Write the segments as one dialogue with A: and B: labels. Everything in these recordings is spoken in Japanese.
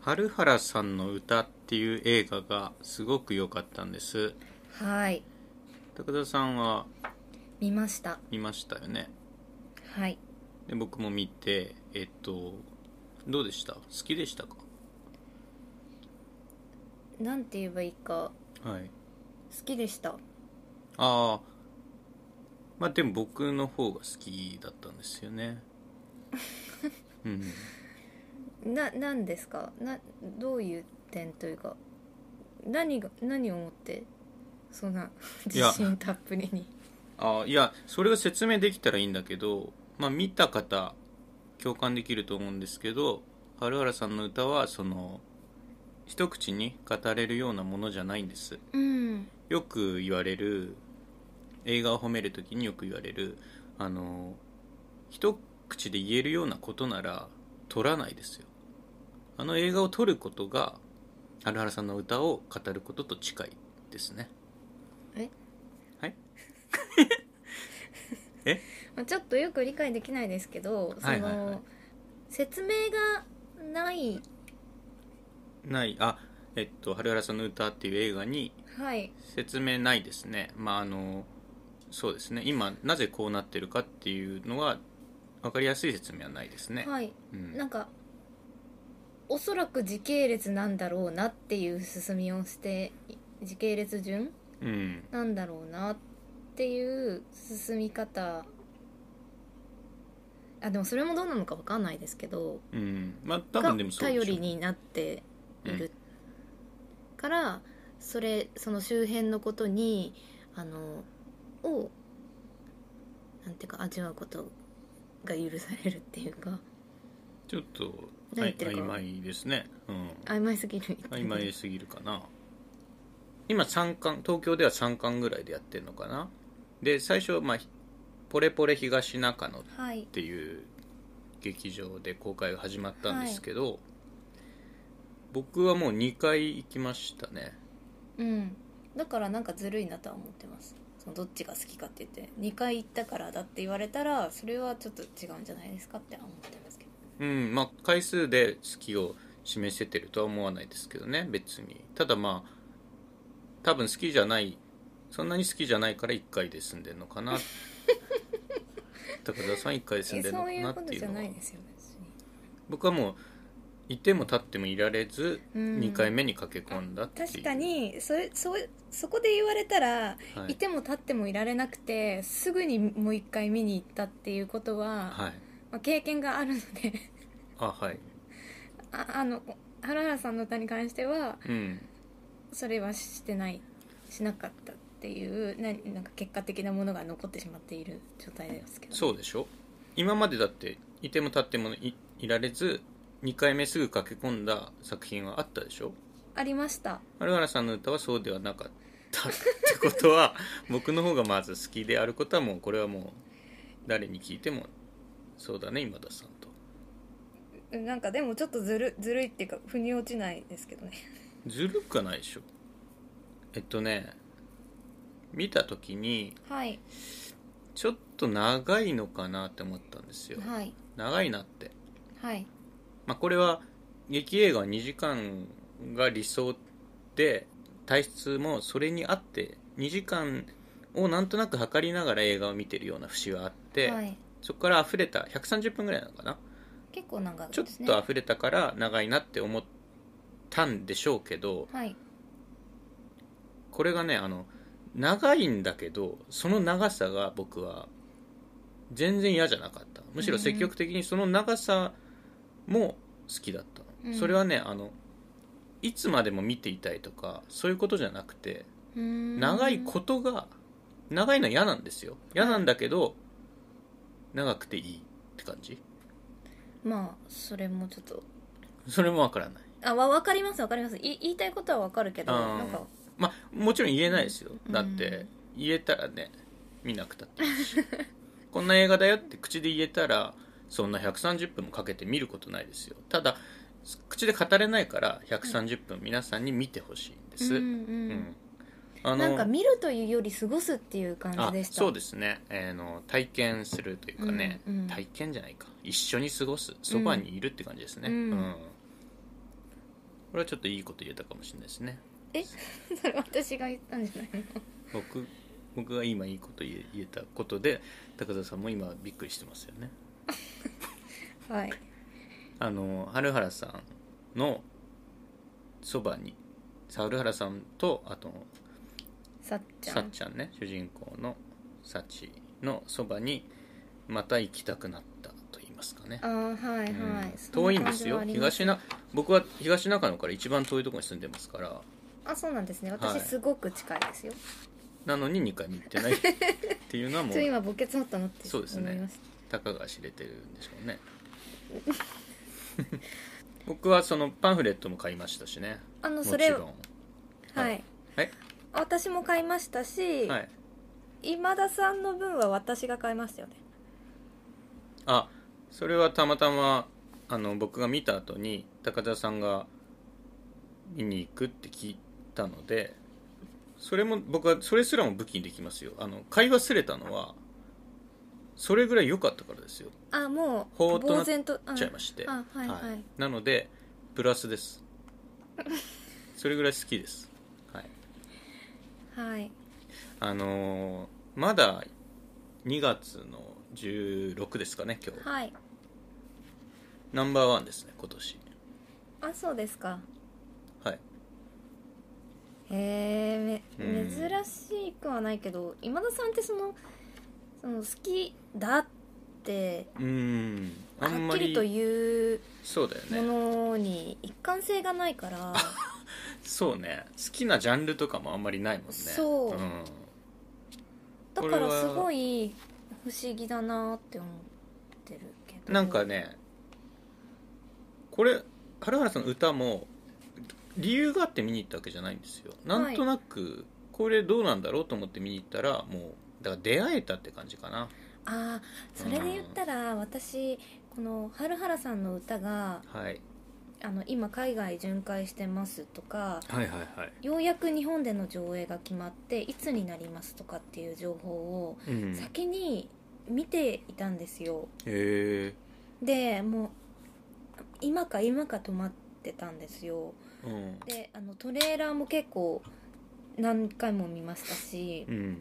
A: 春原さんの歌っていう映画がすごく良かったんです
B: はい
A: 高田さんは
B: 見ました
A: 見ましたよね
B: はい
A: で僕も見てえっとどうでした好きでしたか
B: なんて言えばいいか
A: はい
B: 好きでした
A: ああまあでも僕の方が好きだったんですよ ねうん
B: な何ですかなどういう点というか何が何を思ってそんない自
A: や
B: 信たっぷりに
A: あいやそれを説明できたらいいんだけど、まあ、見た方共感できると思うんですけど春原さんの歌はその一口に語れるようなものじゃないんです
B: うん
A: よく言われる映画を褒める時によく言われるあの一口で言えるようなことなら撮らないですよあの映画を撮ることが春原さんの歌を語ることと近いですね
B: え
A: はい
B: まあちょっとよく理解できないですけどその、
A: はいはいはい
B: 説明がない
A: ないあえっと「春原さんの歌」っていう映画に
B: はい
A: 説明ないですねまああのそうですね今なぜこうなってるかっていうのは分かりやすい説明はないですね、
B: はい
A: うん
B: なんかおそらく時系列なんだろうなっていう進みをして時系列順
A: うん、
B: なんだろうなっていう進み方あでもそれもどうなのかわかんないですけど
A: うん、まあ多分でもそう
B: が
A: でしょう
B: 頼りになっている、からそれその周辺のことにあのをなんていうか味わうことが許されるっていうか
A: ちょっとは
B: 何言
A: い
B: ってるか
A: 曖昧ですね、うん、
B: 曖昧すぎる
A: 曖昧すぎるかな今三巻東京では3巻ぐらいでやってるのかなで最初は、まあ「ポレポレ東中野」
B: はい
A: っていう劇場で公開が始まったんですけど、僕はもう2回行きましたね
B: うんだからなんかずるいなとは思ってますそのどっちが好きかって言って2回行ったからだって言われたらそれはちょっと違うんじゃないですかって思ってますけど
A: うんまあ回数で好きを示せてるとは思わないですけどね別にただまあ多分好きじゃないそんなに好きじゃないから1回で済んでんのか な高田さん1回で済ん
B: え
A: でんの
B: そう
A: か
B: いう
A: な
B: こ
A: っ
B: と
A: てい
B: じ
A: う
B: ゃ
A: の
B: な
A: はい
B: ですよ別に
A: 僕はもういても立ってもいられず
B: うん
A: 2回目に駆け込んだっていう
B: 確か、にそれそそこで言われたら、、
A: はいい
B: ても立ってもいられなくてすぐにもう一回見に行ったっていうことは、
A: はい、
B: まあ、経験があるので
A: あはい
B: ああの原原さんの歌に関しては
A: うん
B: それはしてないしなかったっていうななんか結果的なものが残ってしまっている状態ですけど
A: そうでしょ今までだっていても立ってもいいられず2回目すぐ駆け込んだ作品はあったでしょ
B: ありました
A: 丸原さんの歌はそうではなかったってことは僕の方がまず好きであることはもうこれはもう誰に聞いてもそうだね今田さんと
B: なんかでもちょっとずるずるいっていうか腑に落ちないですけどね
A: ずるくはないでしょえっとね見た時に
B: はい
A: ちょっと長いのかなって思ったんですよ
B: はい
A: 長いなって
B: はい
A: まあ、これは劇映画は2時間が理想で体質もそれに合って2時間をなんとなく測りながら映画を見てるような節はあって、
B: はい
A: そこから溢れた130分ぐらいなのかな
B: 結構なんか
A: ちょっと溢れたから長いなって思ったんでしょうけど
B: はい
A: これがねあの長いんだけどその長さが僕は全然嫌じゃなかったむしろ積極的にその長さも好きだったの、
B: うん
A: それはねあのいつまでも見ていたいとかそういうことじゃなくて長
B: 長
A: いことが長いのは嫌なんですよ嫌なんだけど長くていいって感じ
B: まあそれもちょっと
A: それもわからない
B: あわ分かります分かりますい言いたいことは分かるけど
A: あー
B: なんか
A: まあもちろん言えないですよ
B: うん
A: だって言えたらね見なくたっていいし こんな映画だよって口で言えたらそんな130分もかけて見ることないですよただ口で語れないから130分皆さんに見てほしいんです、
B: うん
A: う
B: うん
A: んあの
B: なんか見るというより過ごすっていう感じ
A: あ
B: でした
A: そうですね、えーの体験するというかね、
B: うんうん
A: 体験じゃないか一緒に過ごすそばにいるって感じですね、
B: うん
A: これはちょっといいこと言えたかもしれないですね
B: え それ私が言ったんじゃないの
A: 僕僕が今いいこと言え言えたことで高田さんも今びっくりしてますよね
B: はい
A: あの春原さんのそばに春原さんとあと
B: さっちゃ
A: さっ
B: ん
A: ちゃんね主人公のさちのそばにまた行きたくなったと言いますかね
B: ああはいはい、
A: うん
B: そ
A: 遠いん
B: 感
A: です
B: じは
A: よ
B: あります
A: 東な僕は東中野から一番遠いところに住んでますから
B: あそうなんですね
A: は
B: 私
A: い
B: すごく近いですよ、
A: なのに2回に行ってないっていうのはも
B: ちょっ
A: う
B: と今墓穴あったなって
A: そうですね
B: 思いました
A: かが知れてるんでしょうね 僕はそのパンフレットも買いましたしね
B: たあの
A: も
B: そ
A: ち
B: れ
A: ろん
B: は
A: はい
B: い、私も買いましたし、
A: はい
B: 今田さんの分は私が買いましたよね
A: あそれはたまたまあの僕が見た後に高田さんが見に行くって聞いたのでそれも僕はそれすらも武器にできますよあの買い忘れたのはそれぐらい良かったからですよ
B: あもう
A: ほーっとな
B: 呆然と、う
A: ちゃいまして、
B: あはいはい、
A: なのでプラスですそれぐらい好きですはい
B: はい
A: あのーまだ2月の16ですかね今日
B: はい
A: ナンバーワンですね今年
B: あそうですか
A: はい
B: へえめ
A: うん
B: 珍しくはないけど今田さんってそのその好きだって
A: うーんあん
B: は
A: ま
B: っき
A: り
B: りという
A: そうだよね
B: ものに一貫性がない から、
A: そうね好きなジャンルとかもあんまりないもんね
B: そうんだ
A: こ
B: か
A: れ
B: ら
A: は
B: すごい不思議だなって思ってるけど
A: なんかねこれ原原さんの歌も理由があって見に行ったわけじゃないんですよなんとなくこれどうなんだろうと思って見に行ったらもうだから出会えたって感じかな
B: ああそれで言ったら私この春原さんの歌が
A: はい、
B: あの今海外巡回してますとか
A: はいはいはい
B: ようやく日本での上映が決まっていつになりますとかっていう情報を
A: うんへ
B: 先に見ていたんですよ、
A: え
B: でもう今か今か止まってたんですよ
A: うん
B: であのトレーラーも結構何回も見ましたし
A: うん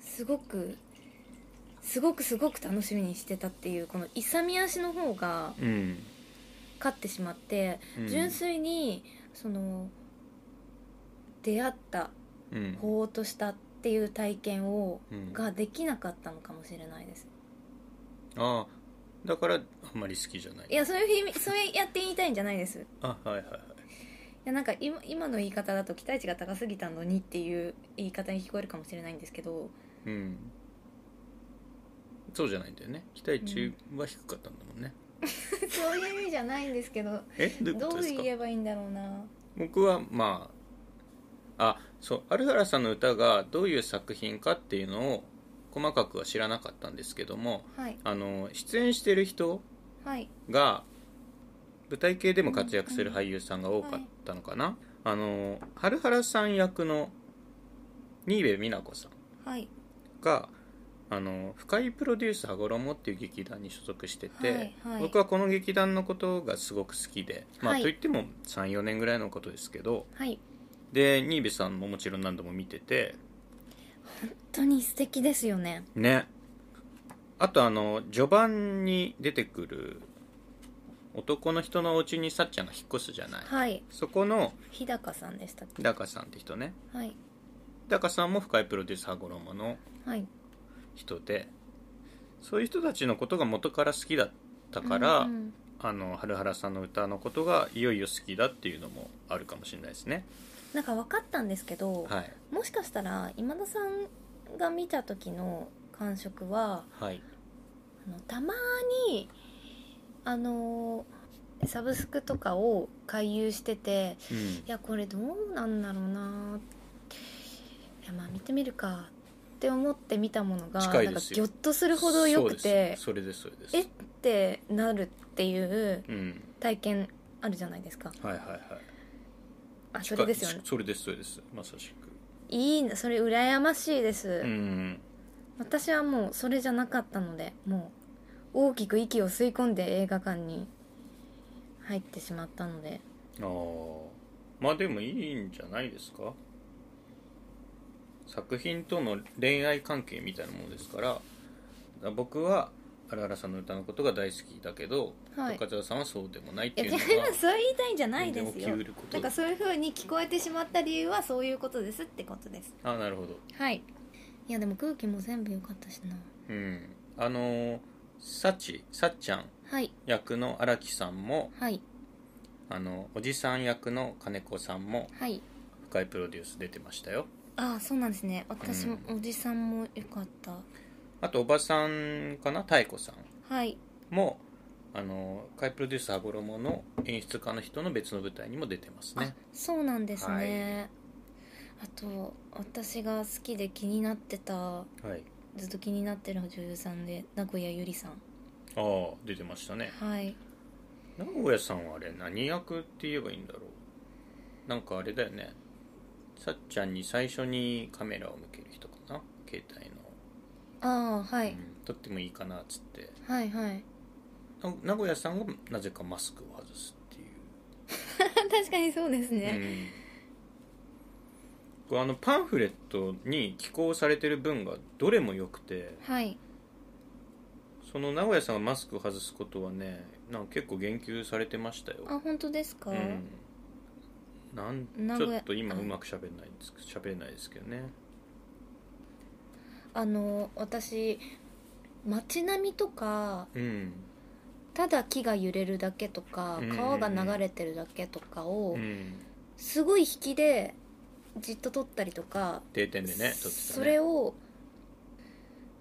B: すごくすごくすごく楽しみにしてたっていうこの勇み足の方が
A: うん
B: 勝ってしまって
A: うん
B: 純粋にその出会った
A: うん
B: ほうとしたっていう体験を
A: うん
B: ができなかったのかもしれないです
A: ああだからあんまり好きじゃない
B: いやそういう意味そうやって言いたいんじゃないですい
A: あはいはいはい
B: やなんか今今の言い方だと期待値が高すぎたのにっていう言い方に聞こえるかもしれないんです けど
A: うんそうじゃないんだよね期待値は低かったんだもんね、
B: そういう意味じゃないんですけど
A: えどういうこ
B: ど
A: と
B: う
A: ですか
B: 言えばいいんだろうな
A: 僕はまああそう有原さんの歌がどういう作品かっていうのを細かくは知らなかったんですけども
B: はい
A: あの出演してる人
B: はい
A: が舞台系でも活躍する俳優さんが多かったのかな、あの春原さん役の新部美奈子さん
B: はい
A: があの深井プロデュース羽衣っていう劇団に所属してて、
B: はいはい
A: 僕はこの劇団のことがすごく好きで、まあ
B: はい
A: といっても34年ぐらいのことですけど
B: はい
A: で新部さんももちろん何度も見てて
B: 本当に素敵ですよね
A: ねあとあの序盤に出てくる男の人のお家にさっちゃんが引っ越すじゃない、
B: はい
A: そこの
B: 日高さんでしたっ
A: 日高さんって人ね
B: けはい
A: 日高さんも深井プロデュース羽衣の
B: はい
A: 人でそういう人たちのことが元から好きだったから、
B: うんうん
A: あの春原さんの歌のことがいよいよ好きだっていうのもあるかもしれないですね
B: なんか分かったんですけど、
A: はい
B: もしかしたら今田さんが見た時の感触は
A: はい
B: あのたまにあのサブスクとかを回遊してて
A: うん
B: いやこれどうなんだろうないやまあ見てみるかって思って見たものが
A: 近い
B: なん
A: で
B: か
A: す
B: ギ
A: よ
B: ョッとするほど良くて
A: そうですそれですそ
B: え
A: れで
B: っ
A: す
B: てなるっていう
A: うん
B: 体験あるじゃないですか
A: はいはいはい
B: あそれですよね
A: 近いそれですそれですまさし
B: いいなそれ羨ましいです、
A: くうん
B: 私はもうそれじゃなかったのでもう大きく息を吸い込んで映画館に入ってしまったので
A: あーまあでもいいんじゃないですか作品との恋愛関係みたいなものですからだから僕は荒原さんの歌のことが大好きだけど、
B: はい
A: 高澤さんはそうでもないっ
B: い
A: て
B: や
A: い
B: 違
A: う
B: い
A: の
B: ま
A: が
B: すそう言いたいんじゃないで
A: 全
B: す
A: 然
B: よ
A: 起きうること
B: なんかそういう風に聞こえてしまった理由はそういうことですってことです
A: あなるほど
B: はいいやでも空気も全部良かったしな
A: うんあのーサチサッちゃん
B: はい
A: 役の荒木さんも
B: はい
A: あのおじさん役の金子さんも
B: はい
A: 深いプロデュース出てましたよ
B: ああそうなんですね私も、
A: う
B: おじさんも良かった
A: あとおばさんかな妙子さん
B: はい
A: もあの海プロデュース羽衣の演出家の人の別の舞台にも出てます
B: あ
A: ね
B: そうなんですね、あと私が好きで気になってた
A: はい
B: ずっと気になってる女優さんで名古屋ゆりさん
A: ああ出てましたね
B: はい
A: 名古屋さんはあれ何役って言えばいいんだろうなんかあれだよねさっちゃんに最初にカメラを向ける人かな携帯の、
B: ああは
A: う
B: い、
A: ん撮ってもいいかなっつって
B: はいはい
A: な名古屋さんがなぜかマスクを外すっていう
B: 確かにそうですね、
A: うん、これあのパンフレットに寄稿されてる文がどれも良くて
B: はい
A: その名古屋さんがマスクを外すことはねなんか結構言及されてましたよ、
B: あ本当ですか、
A: うん、なん
B: 名
A: ち
B: 古
A: ょ
B: 屋
A: っと今うまく喋んないんですけど喋れないですけどね
B: あの私街並みとか
A: うん、
B: ただ木が揺れるだけとか
A: うん
B: 川が流れてるだけとかを
A: うん、
B: すごい引きでじっと撮ったりとか
A: 定点でね撮ってたね
B: それを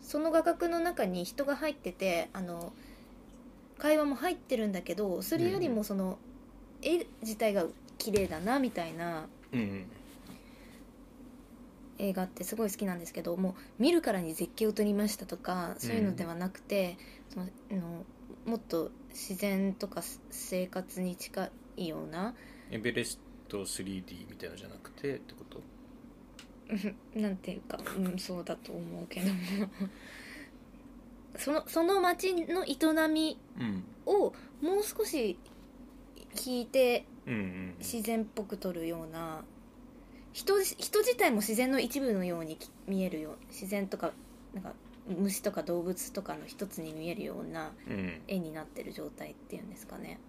B: その画角の中に人が入っててあの会話も入ってるんだけどそれよりもその絵自体が綺麗だなみたいな
A: うん
B: 映画ってすごい好きなんですけどもう見るからに絶景を撮りましたとかそういうのではなくて、そのあのもっと自然とかす生活に近いような
A: エベレスト 3D みたいなのじゃなくてってこと
B: うんなんていうか、うん、そうだと思うけどもそのその町の営み
A: うん
B: をもう少し引いて
A: うんうん
B: 自然っぽく撮るような人自人自体も自然の一部のようにき見えるよう自然とかなんか虫とか動物とかの一つに見えるような
A: うん
B: 絵になってる状態っていうんですかね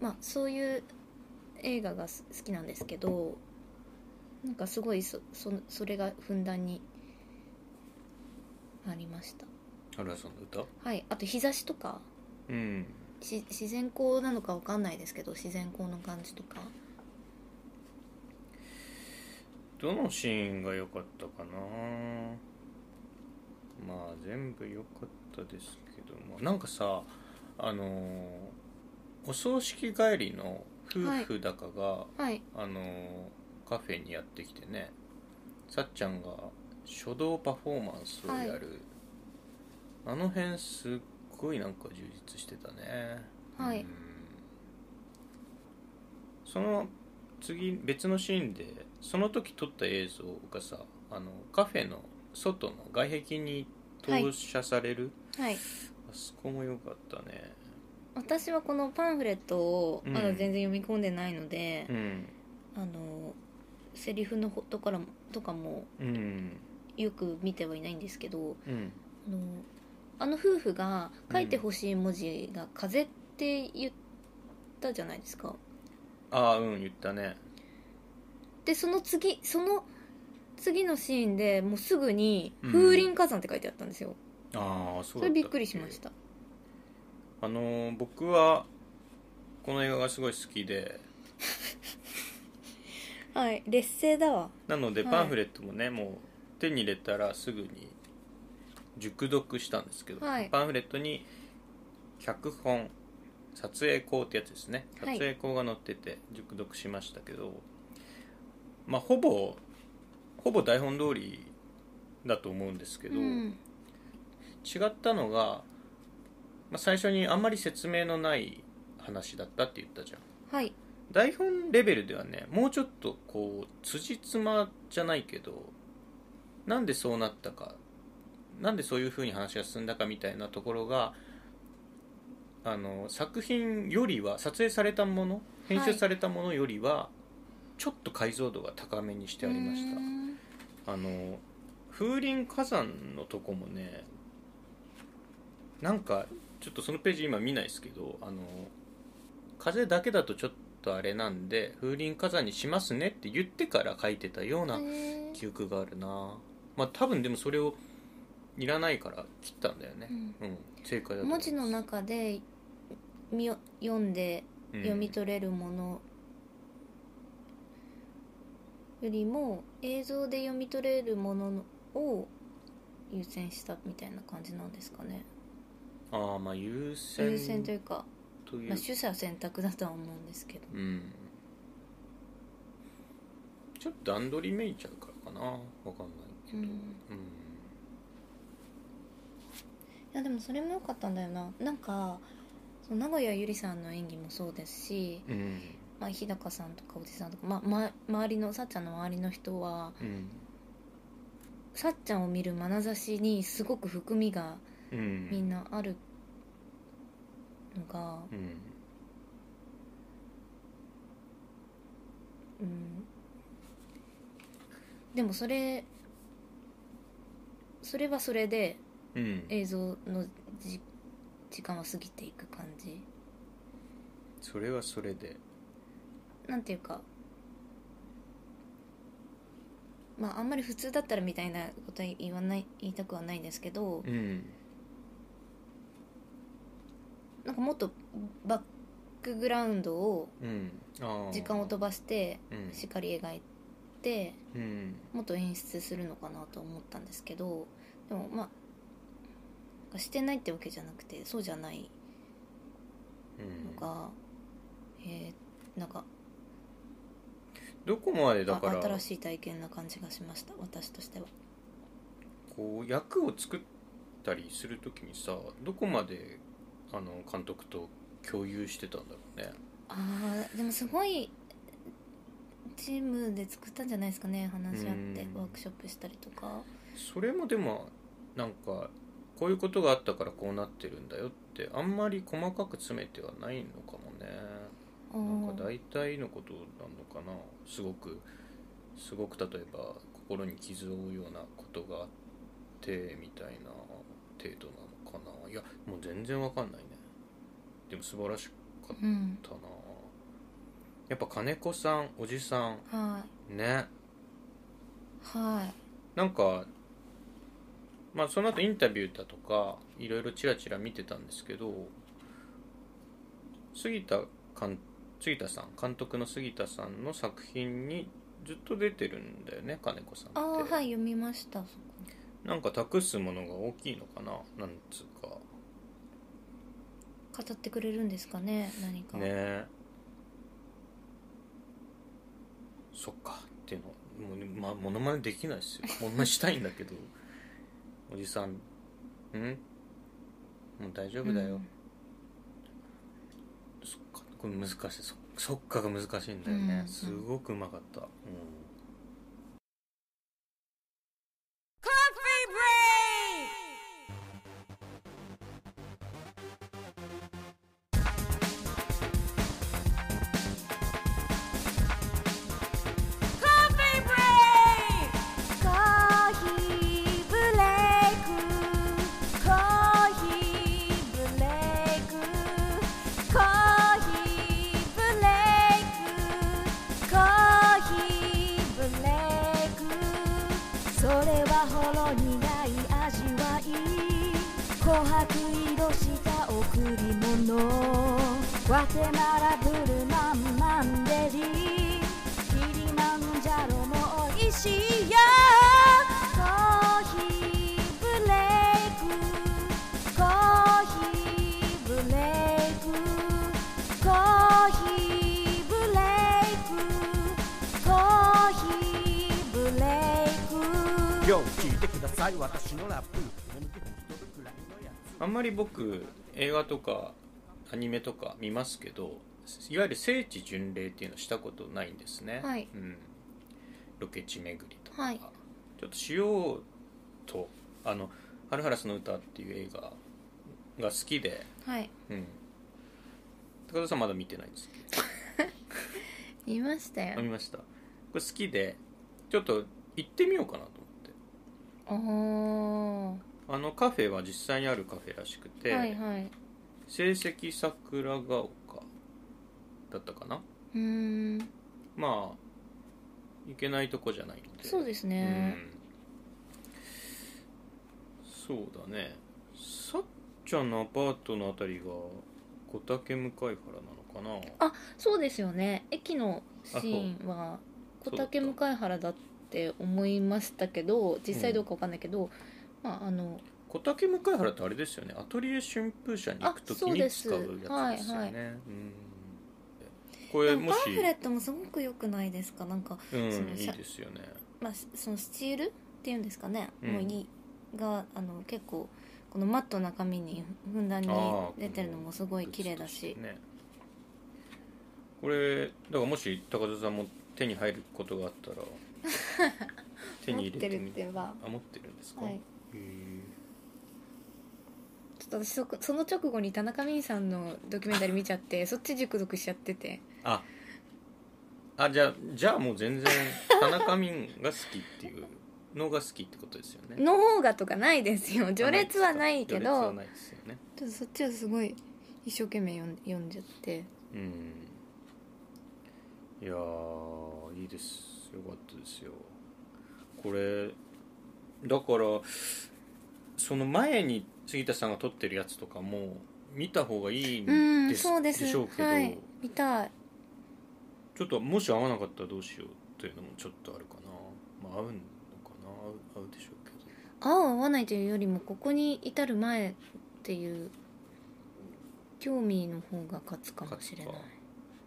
B: まあそういう映画がす好きなんですけどなんかすごいそそそれがふんだんにありました
A: 原さんの歌
B: はいあと日差しとか
A: うん
B: し自然光なのかわかんないですけど自然光の感じとか
A: どのシーンが良かったかなまあ全部良かったですけどもなんかさあのーお葬式帰りの夫婦だかが、
B: はい
A: あのーカフェにやってきてねさっちゃんが書道パフォーマンスをやる、あの辺すっごいなんか充実してたね
B: はい
A: うんその次別のシーンでその時撮った映像がさあのカフェの外の外壁に投射される、
B: はい
A: あそこも良かったね
B: 私はこのパンフレットをまだ全然読み込んでないので
A: う、ん
B: あのセリフのほとからもとかも
A: うん
B: よく見てはいないんですけど
A: うん
B: あのあの夫婦が書いてほしい文字が「風」って言ったじゃないですか
A: ああうん言ったね
B: でその次その次のシーンでもうすぐに「
A: うん
B: 風林火山」って書いてあったんですよ、
A: ああそ
B: そう
A: だた
B: れびっくりしました
A: あのー僕はこの映画がすごい好きで
B: はい劣勢だわ
A: なので
B: はい
A: パンフレットもね、もう手に入れたらすぐに熟読したんですけど、
B: はい
A: パンフレットに脚本撮影稿ってやつですね撮
B: はい
A: 影稿が載ってて熟読しましたけど、まあほぼほぼ台本通りだと思うんですけ
B: う
A: ど、
B: ん
A: 違ったのが、まあ、最初にあんまり説明のない話だったって言ったじゃん
B: はい
A: 台本レベルではねもうちょっとこう辻褄じゃないけどなんでそうなったかなんでそういう風に話が進んだかみたいなところがあの作品よりは撮影されたもの編集されたものよりはちょっと解像度が高めにしてありました、あの風林火山のとこもねなんかちょっとそのページ今見ないですけどあの風だけだとちょっとあれなんで風林火山にしますねって言ってから書いてたような
B: へー
A: 記憶があるなまあ多分でもそれをいらないから切ったんだよねうん、正解だと思
B: 文
A: う
B: 字の中でみよ読んで
A: うん
B: 読み取れるものよりも映像で読み取れるものを優先したみたいな感じなんですかね
A: ああまあ優先
B: 優先というか、
A: という
B: まあ、取捨選択だとは思うんですけど
A: うんちょっと段取りめいちゃうからかなわかんないけど
B: うん
A: う
B: いやでもそれも良かったんだよななんかその名古屋ゆりさんの演技もそうですし、
A: んうん
B: まあ、日高さんとかおじさんとか、まま、周りのさっちゃんの周りの人は
A: うん
B: さっちゃんを見る眼差しにすごく含みが
A: うん
B: みんなあるのが、
A: うん
B: うん、でもそれそれはそれで
A: うん
B: 映像のじ時間は過ぎていく感じ
A: それはそれで
B: なんていうかまああんまり普通だったらみたいなことは言わない言いたくはないんですけど
A: うん
B: なんかもっとバックグラウンドを
A: うんああ
B: 時間を飛ばして
A: うん
B: しっかり描いて
A: うん
B: もっと演出するのかなと思ったんですけどでもまあなんかしてないってわけじゃなくてそうじゃない
A: うん
B: のが、えーなんか
A: どこまでだか
B: あ
A: ら
B: 新しい体験な感じがしました私としては。
A: こう役を作ったりするときにさどこまであの監督と共有してたんだろうね
B: あーでもすごいチームで作ったんじゃないですかね話し合って
A: うん
B: ワークショップしたりとか
A: それもでもなんかこういうことがあったからこうなってるんだよってあんまり細かく詰めてはないのかもね
B: あ
A: なんか
B: ー
A: 大体のことなのかなすごくすごく例えば心に傷を負うようなことがあってみたいな程度なのかないやもう全然わかんないねでも素晴らしかっ
B: うん
A: たなやっぱ金子さんおじさ
B: はい
A: んね
B: はい
A: なんか、まあ、その後インタビューだとかいろいろチラチラ見てたんですけど杉田監杉田さん監督の杉田さんの作品にずっと出てるんだよね金子さんって
B: ああはい読みましたそこ
A: なんか託すものが大きいのかななんつうか
B: 語ってくれるんですかね何か
A: ねえそっかっていうのもう、ま、モノマネできないですよモノマネしたいんだけど おじさん「んもう大丈夫だよ、
B: うん
A: そっかこれ難しいそそっかが難しいんだよね、
B: うん
A: すごくうまかった、うん
C: Coffee break! コーヒーブレイクコーヒーブレイクコーヒーブレイクコーヒーブレイクそれはほろ苦い味わい琥珀色した贈り物ワテマラブルマンマンデリーキリマンジャロも美味しいよコーヒーブレイクコーヒーブレイクコーヒーブレイクコーヒーブレイク
D: よう聞いてください私のラップ眠気吹き飛ぶくらいのやつ
A: あんまり僕映画とかアニメとか見ますけどいわゆる聖地巡礼っていうのしたことないんですね、
B: はい
A: うん、ロケ地巡りとか、
B: はい
A: ちょっとしようと「あのハルハラスの歌」っていう映画が好きで
B: はい
A: うん高田さんまだ見てないんですけど
B: 見ましたよ
A: 飲みましたこれ好きでちょっと行ってみようかなと思って
B: あー
A: あのカフェは実際にあるカフェらしくて、
B: はいはい
A: 成績桜ヶ丘だったかな
B: うーん
A: まあ行けないとこじゃないんで
B: そうですね
A: うん、そうだねさっちゃんのアパートのあたりが小竹向かい原なのかな
B: あそうですよね駅のシーンは
A: そ
B: 小
A: うだった
B: 竹向原だって思いましたけど実際どうかわかんないけど、まああの
A: 小竹向かい原ってあれですよねアトリエ春風社に行くとき
B: あそう
A: に
B: です
A: 使うやつですよね
B: はいはい
A: うんこ
B: で
A: れ
B: も
A: も
B: パ
A: し、
B: ンフレットもすごく良くないですかなんか、
A: うん、
B: その
A: いいですよね
B: まあ、しそのスチールっていうんですかね、
A: うん
B: もういがあの結構このマットな紙にふんだんに
A: あー
B: 出てるのもすごい綺麗だし、
A: ね、これだからもし高田さんも手に入ることがあ ったら手に入れて
B: 持
A: み
B: ってるってば
A: あ持ってるんですか、
B: はい
A: へ
B: ち
A: え
B: ょっと私そこその直後に田中泯さんのドキュメンタリー見ちゃってそっち熟読しちゃってて
A: ああじゃあじゃあもう全然田中泯が好きっていうのが好きってことです よね
B: の方がとかないですよ序列はないけ
A: 序列は
B: ど
A: ないですよね
B: ちょっとそっちはすごい一生懸命読ん読んじゃって
A: うんいやーいいですよかったですよこれだからその前に杉田さんが撮ってるやつとかも見た方がいいん
B: う
A: で
B: ん
A: す
B: そうです
A: しょうけど、
B: はい見たい
A: ちょっともし合わなかったらどうしようっていうのもちょっとあるかな、まあ、合うのかな合う合うでしょうけど
B: 合う合わないというよりもここに至る前っていう興味の方が勝つかもしれない
A: 勝つ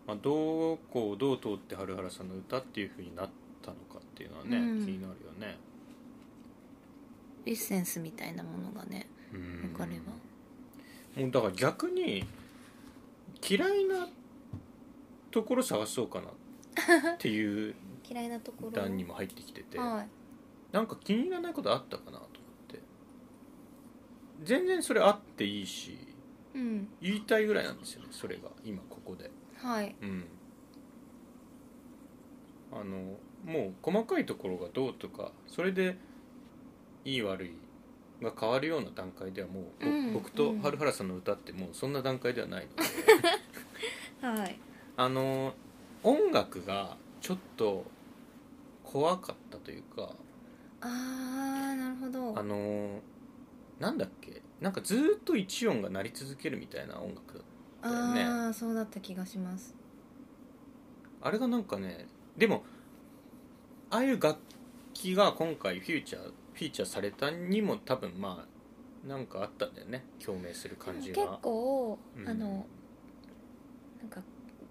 A: まあ、どうこうどう通って春原さんの歌っていうふうになったのかっていうのはね、
B: うん
A: 気になるよね
B: エッセンスみたいなものがね
A: うん
B: わかれば
A: もうだから逆に嫌いなところ探そうかなっていう
B: 嫌いなところ
A: 段にも入ってきて て、
B: はい
A: なんか気に入らないことあったかなと思って全然それあっていいし
B: うん
A: 言いたいぐらいなんですよねそれが今ここで
B: はい
A: うんあのもう細かいところがどうとかそれでいい悪いが変わるような段階ではもう、ぼ
B: うん
A: 僕と
B: うん
A: 春原さんの歌ってもうそんな段階ではないので
B: はい
A: あの音楽がちょっと怖かったというか
B: あーなるほど
A: あのなんだっけなんかずっと一音が鳴り続けるみたいな音楽だ
B: あ
A: だよね
B: あーそうだった気がします
A: あれがなんかねでもああいう楽器が今回フューチャーフィーチャーされたにも多分まあなんかあったんだよね共鳴する感じ
B: 結
A: が
B: 構、
A: うん
B: あのなんか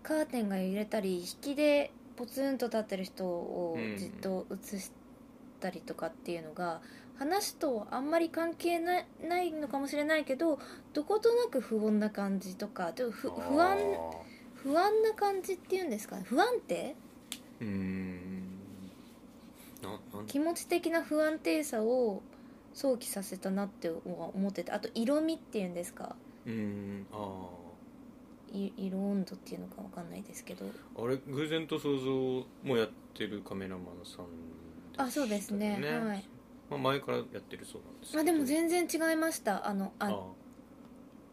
B: カーテンが揺れたり引きでポツンと立ってる人を
A: うん
B: じっと映したりとかっていうのが、話とあんまり関係ないないのかもしれないけどどことなく不穏な感じとかちょっと
A: あ
B: ふ
A: ー
B: 不安不安な感じっていうんですかね不安定
A: うーんななん
B: 気持ち的な不安定さを想起させたなっては思っててあと色味っていうんですか
A: うーんあ
B: い色温度っていうのかわかんないですけど
A: ーあれ偶然と想像もやってるカメラマンさんしたよ
B: あそうですねはい、
A: まあ、前からやってるそうなんですけど
B: あでも全然違いましたあのあ
A: あ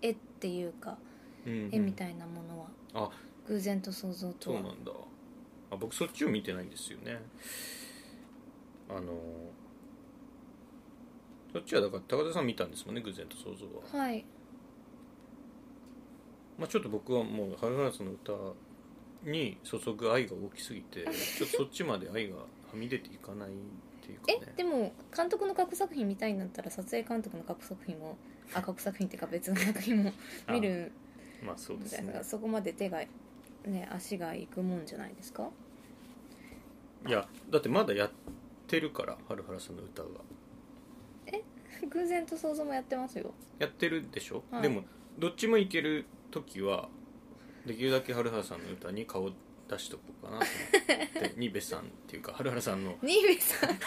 B: 絵っていうか
A: うんうん
B: 絵みたいなものは、
A: あ
B: 偶然と想像
A: そ
B: と
A: う
B: は
A: なんだあ僕そっちを見てないんですよねあのそっちはだから高田さん見たんですもんね偶然と想像は、
B: はい
A: まあ、ちょっと僕はもう春原さんの歌に注ぐ愛が大きすぎてちょっとそっちまで愛がはみ出ていかないっていうか
B: え、
A: ね
B: でも監督の過去作品見たいんだったら撮影監督の過去作品 もあ過去作品っていうか別の作品も
A: あ
B: 見る
A: まあそうで
B: じ
A: す
B: ゃないです
A: ね
B: かそこまで手がね足がいくもんじゃないで すか
A: いやだってまだやってるから春原さんの歌が
B: 偶然と想像もやってます よ
A: やってるでしょ、
B: はい
A: でもどっちもいける時はできるだけ春原さんの歌に顔出しとこうかなと思ってニベさんっていうか 春原さんの
B: 新部さん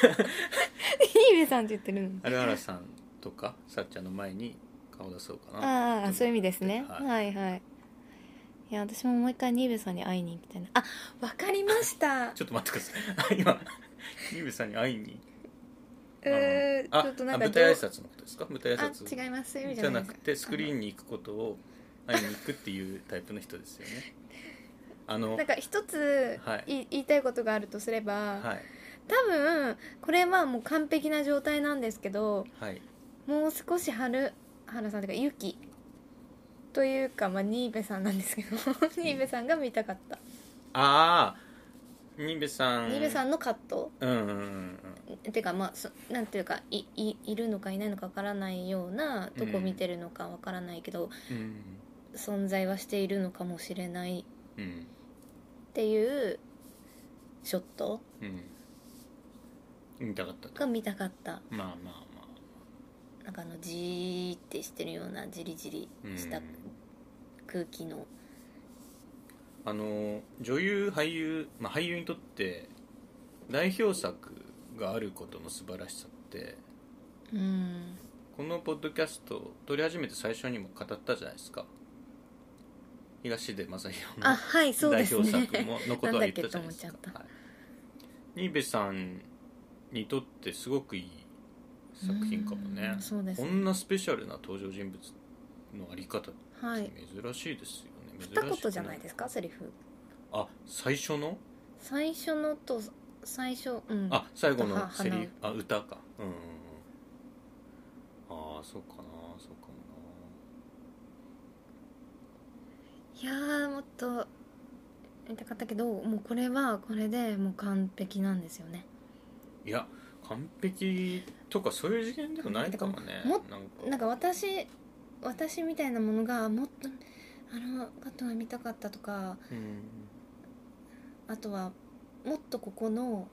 B: 新部さんって言ってるの
A: 春原さんとかさっちゃんの前に顔出そうかな
B: ああそういう意味ですね
A: は
B: はいはいいいや私ももう一回ニーベさんに会いに行きたいなあわかりました
A: ちょっと待ってください今ニーベさんに会いに
B: え
A: あ
B: ーちょっとなんか
A: あ舞台挨拶のことですか舞台挨拶
B: あ違いますそういう意味
A: じ
B: じ
A: ゃ
B: ゃない
A: な
B: です
A: くてスクリーンに行くことを会いに行くっていうタイプの人ですよねあの
B: なんか一つ
A: はい
B: い言いたいことがあるとすれば、
A: はい
B: 多分これはもう完璧な状態なんですけど
A: はい
B: もう少し春原さんというかユキというか、まあ、ニーベさんなんですけど ニーベさんが見たかった、
A: ああニーベさん
B: ニーベさ
A: ん
B: んの葛
A: うんうんうん
B: 藤てかまあそなんていうかいいいるのかいないのかわからないようなとこ見てるのかわからないけど、
A: うん
B: 存在はしているのかもしれない
A: うん
B: っていうショット
A: うん見たかったと
B: が見たかった
A: まあまあま
B: なんかあのジーってしてるようなジリジリ
A: あうん
B: した空気の、
A: あの女優俳優、まあ、俳優にとって代表作があることの素晴らしさって
B: うん
A: このポッドキャストを撮り始めて最初にも語ったじゃないですか東出正宏の
B: あはいそう
A: 代
B: です
A: 表
B: ね
A: 作ものことは言ったじゃないです
B: なんだっけと思っちゃった
A: かはい新部、さんにとってすごくいい作品かもね
B: うんそうです
A: こんなスペシャルな登場人物のあり方って
B: はい
A: 珍しいですよね、珍しく
B: 二言じゃないですかセリフ
A: あ最初の
B: 最初のと最初うん
A: あ最後
B: は
A: のセリ
B: 花
A: フあ歌かうんうんうんああそうかなそうかも
B: いやーもっと見たかったけどもうこれはこれでもう完璧なんですよね
A: ないや完璧とかそういう次元でもないかもねな
B: も
A: んか
B: なんか私私みたいなものがもっとあの方が見たかったとか
A: うん
B: あとはもっとここの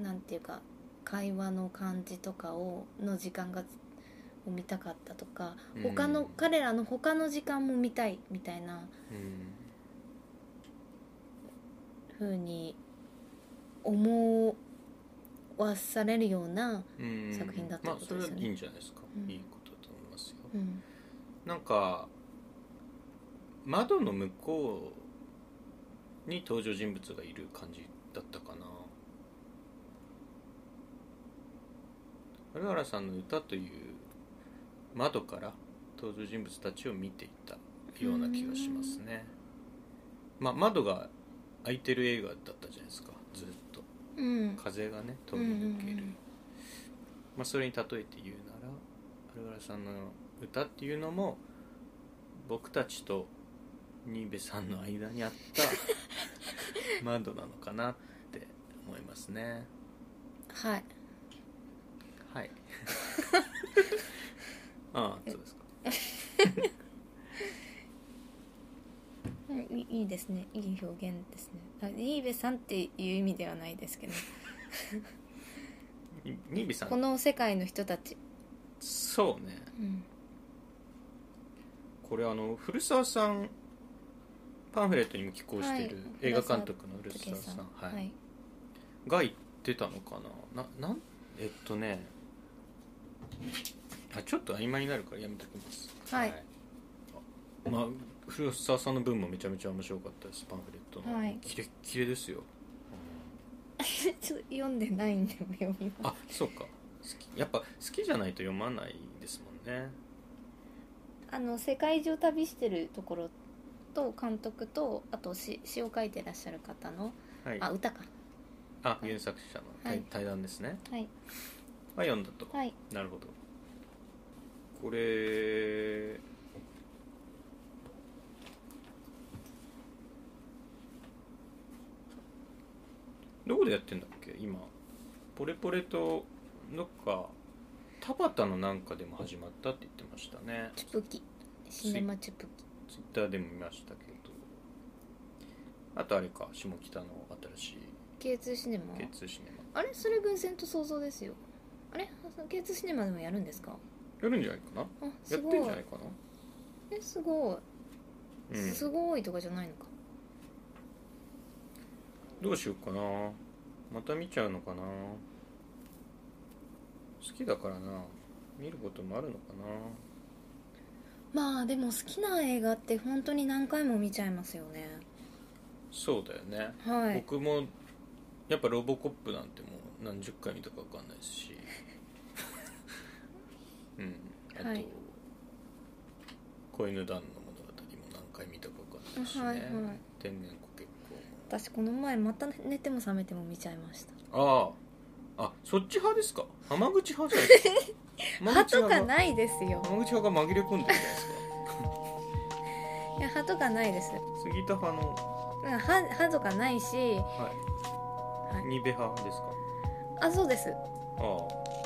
B: なんていうか会話の感じとかをの時間がを見たかったとか
A: うん
B: 他の、彼らの他の時間も見たいみたいな
A: うん
B: 風に思わされるような、
A: うん
B: 作品だってことですよね
A: まあ、それはいいんじゃないですか、
B: うん
A: いいことだと思いますよ
B: うん、
A: なんか窓の向こうに登場人物がいる感じだったかな春原さんの歌という窓から登場人物たちを見ていたような気がしますねまあ窓が開いてる映画だったじゃないですかずっと
B: うん、
A: 風がね飛び抜ける、
B: うんうんうん
A: まあ、それに例えて言うなら春原さんの歌っていうのも僕たちと新部さんの間にあった 窓なのかなって思いますね
B: はい
A: はい ああそうですか
B: うんいいいいですねいい表現ですねあ新部さんっていう意味ではないですけど
A: に新部さ
B: こ
A: ん
B: の世界の人たち、
A: そうね
B: うん、
A: これあの古澤さんパンフレットにも寄稿している、
B: はい
A: 映画監督の古澤
B: 武
A: さ
B: さ
A: ん
B: ん
A: はい、が言ってたのかなななんえっとねあちょっと曖昧になるからやめときます
B: はい
A: あまあ古澤さんの分もめちゃめちゃ面白かったですパンフレットの、
B: はい
A: キレッキレですよ、
B: ちょっと読んでないんで読み
A: うん
B: ま
A: あそうか好きやっぱ好きじゃないと読まないですもんね
B: あの世界中旅してるところと監督とあと詩詩を書いてらっしゃる方の、
A: はい
B: あ
A: あ
B: 歌か
A: 原作者の対,、
B: はい
A: 対談ですね
B: はい
A: は読んだと、
B: はい
A: なるほどこれどこでやってんだっけ今ポレポレとどっか田端のなんかでも始まったって言ってましたね
B: チュプキシネマチュプ
A: ツイッターでも見ましたけどあとあれか下北の新しい
B: キ K2 シネマ
A: K2 シネマ
B: あれそれ偶然と想像ですよあれ K2 シネマでもやるんですか
A: やるんじゃないかな
B: あ
A: や
B: す
A: って
B: ご
A: ん
B: い
A: じゃないか
B: えすごい、
A: な、うん、
B: すごいとかじゃないのか
A: どうしようかなまた見ちゃうのかな好きだからな見ることもあるのかな
B: まあでも好きな映画って本当に何回も見ちゃいますよね
A: そうだよね、
B: はい
A: 僕もやっぱロボコップなんてもう何十回見たか分かんない しうんあと、
B: はい
A: 子犬団の物語も何回見たか分かんないしね、
B: はいはい
A: 天然子結婚も
B: 私この前また寝ても覚めても見ちゃいました
A: あああそっち派ですか浜口派じゃないです か浜
B: 歯
A: 口
B: と
A: 派
B: か
A: が
B: ないですよ
A: 浜口派が紛れ込んでるじゃないですか
B: いや歯とかないです
A: 杉田派の、
B: なんか歯歯とかないし
A: はい
B: はい
A: ニベ派ですか
B: あそうです
A: ああ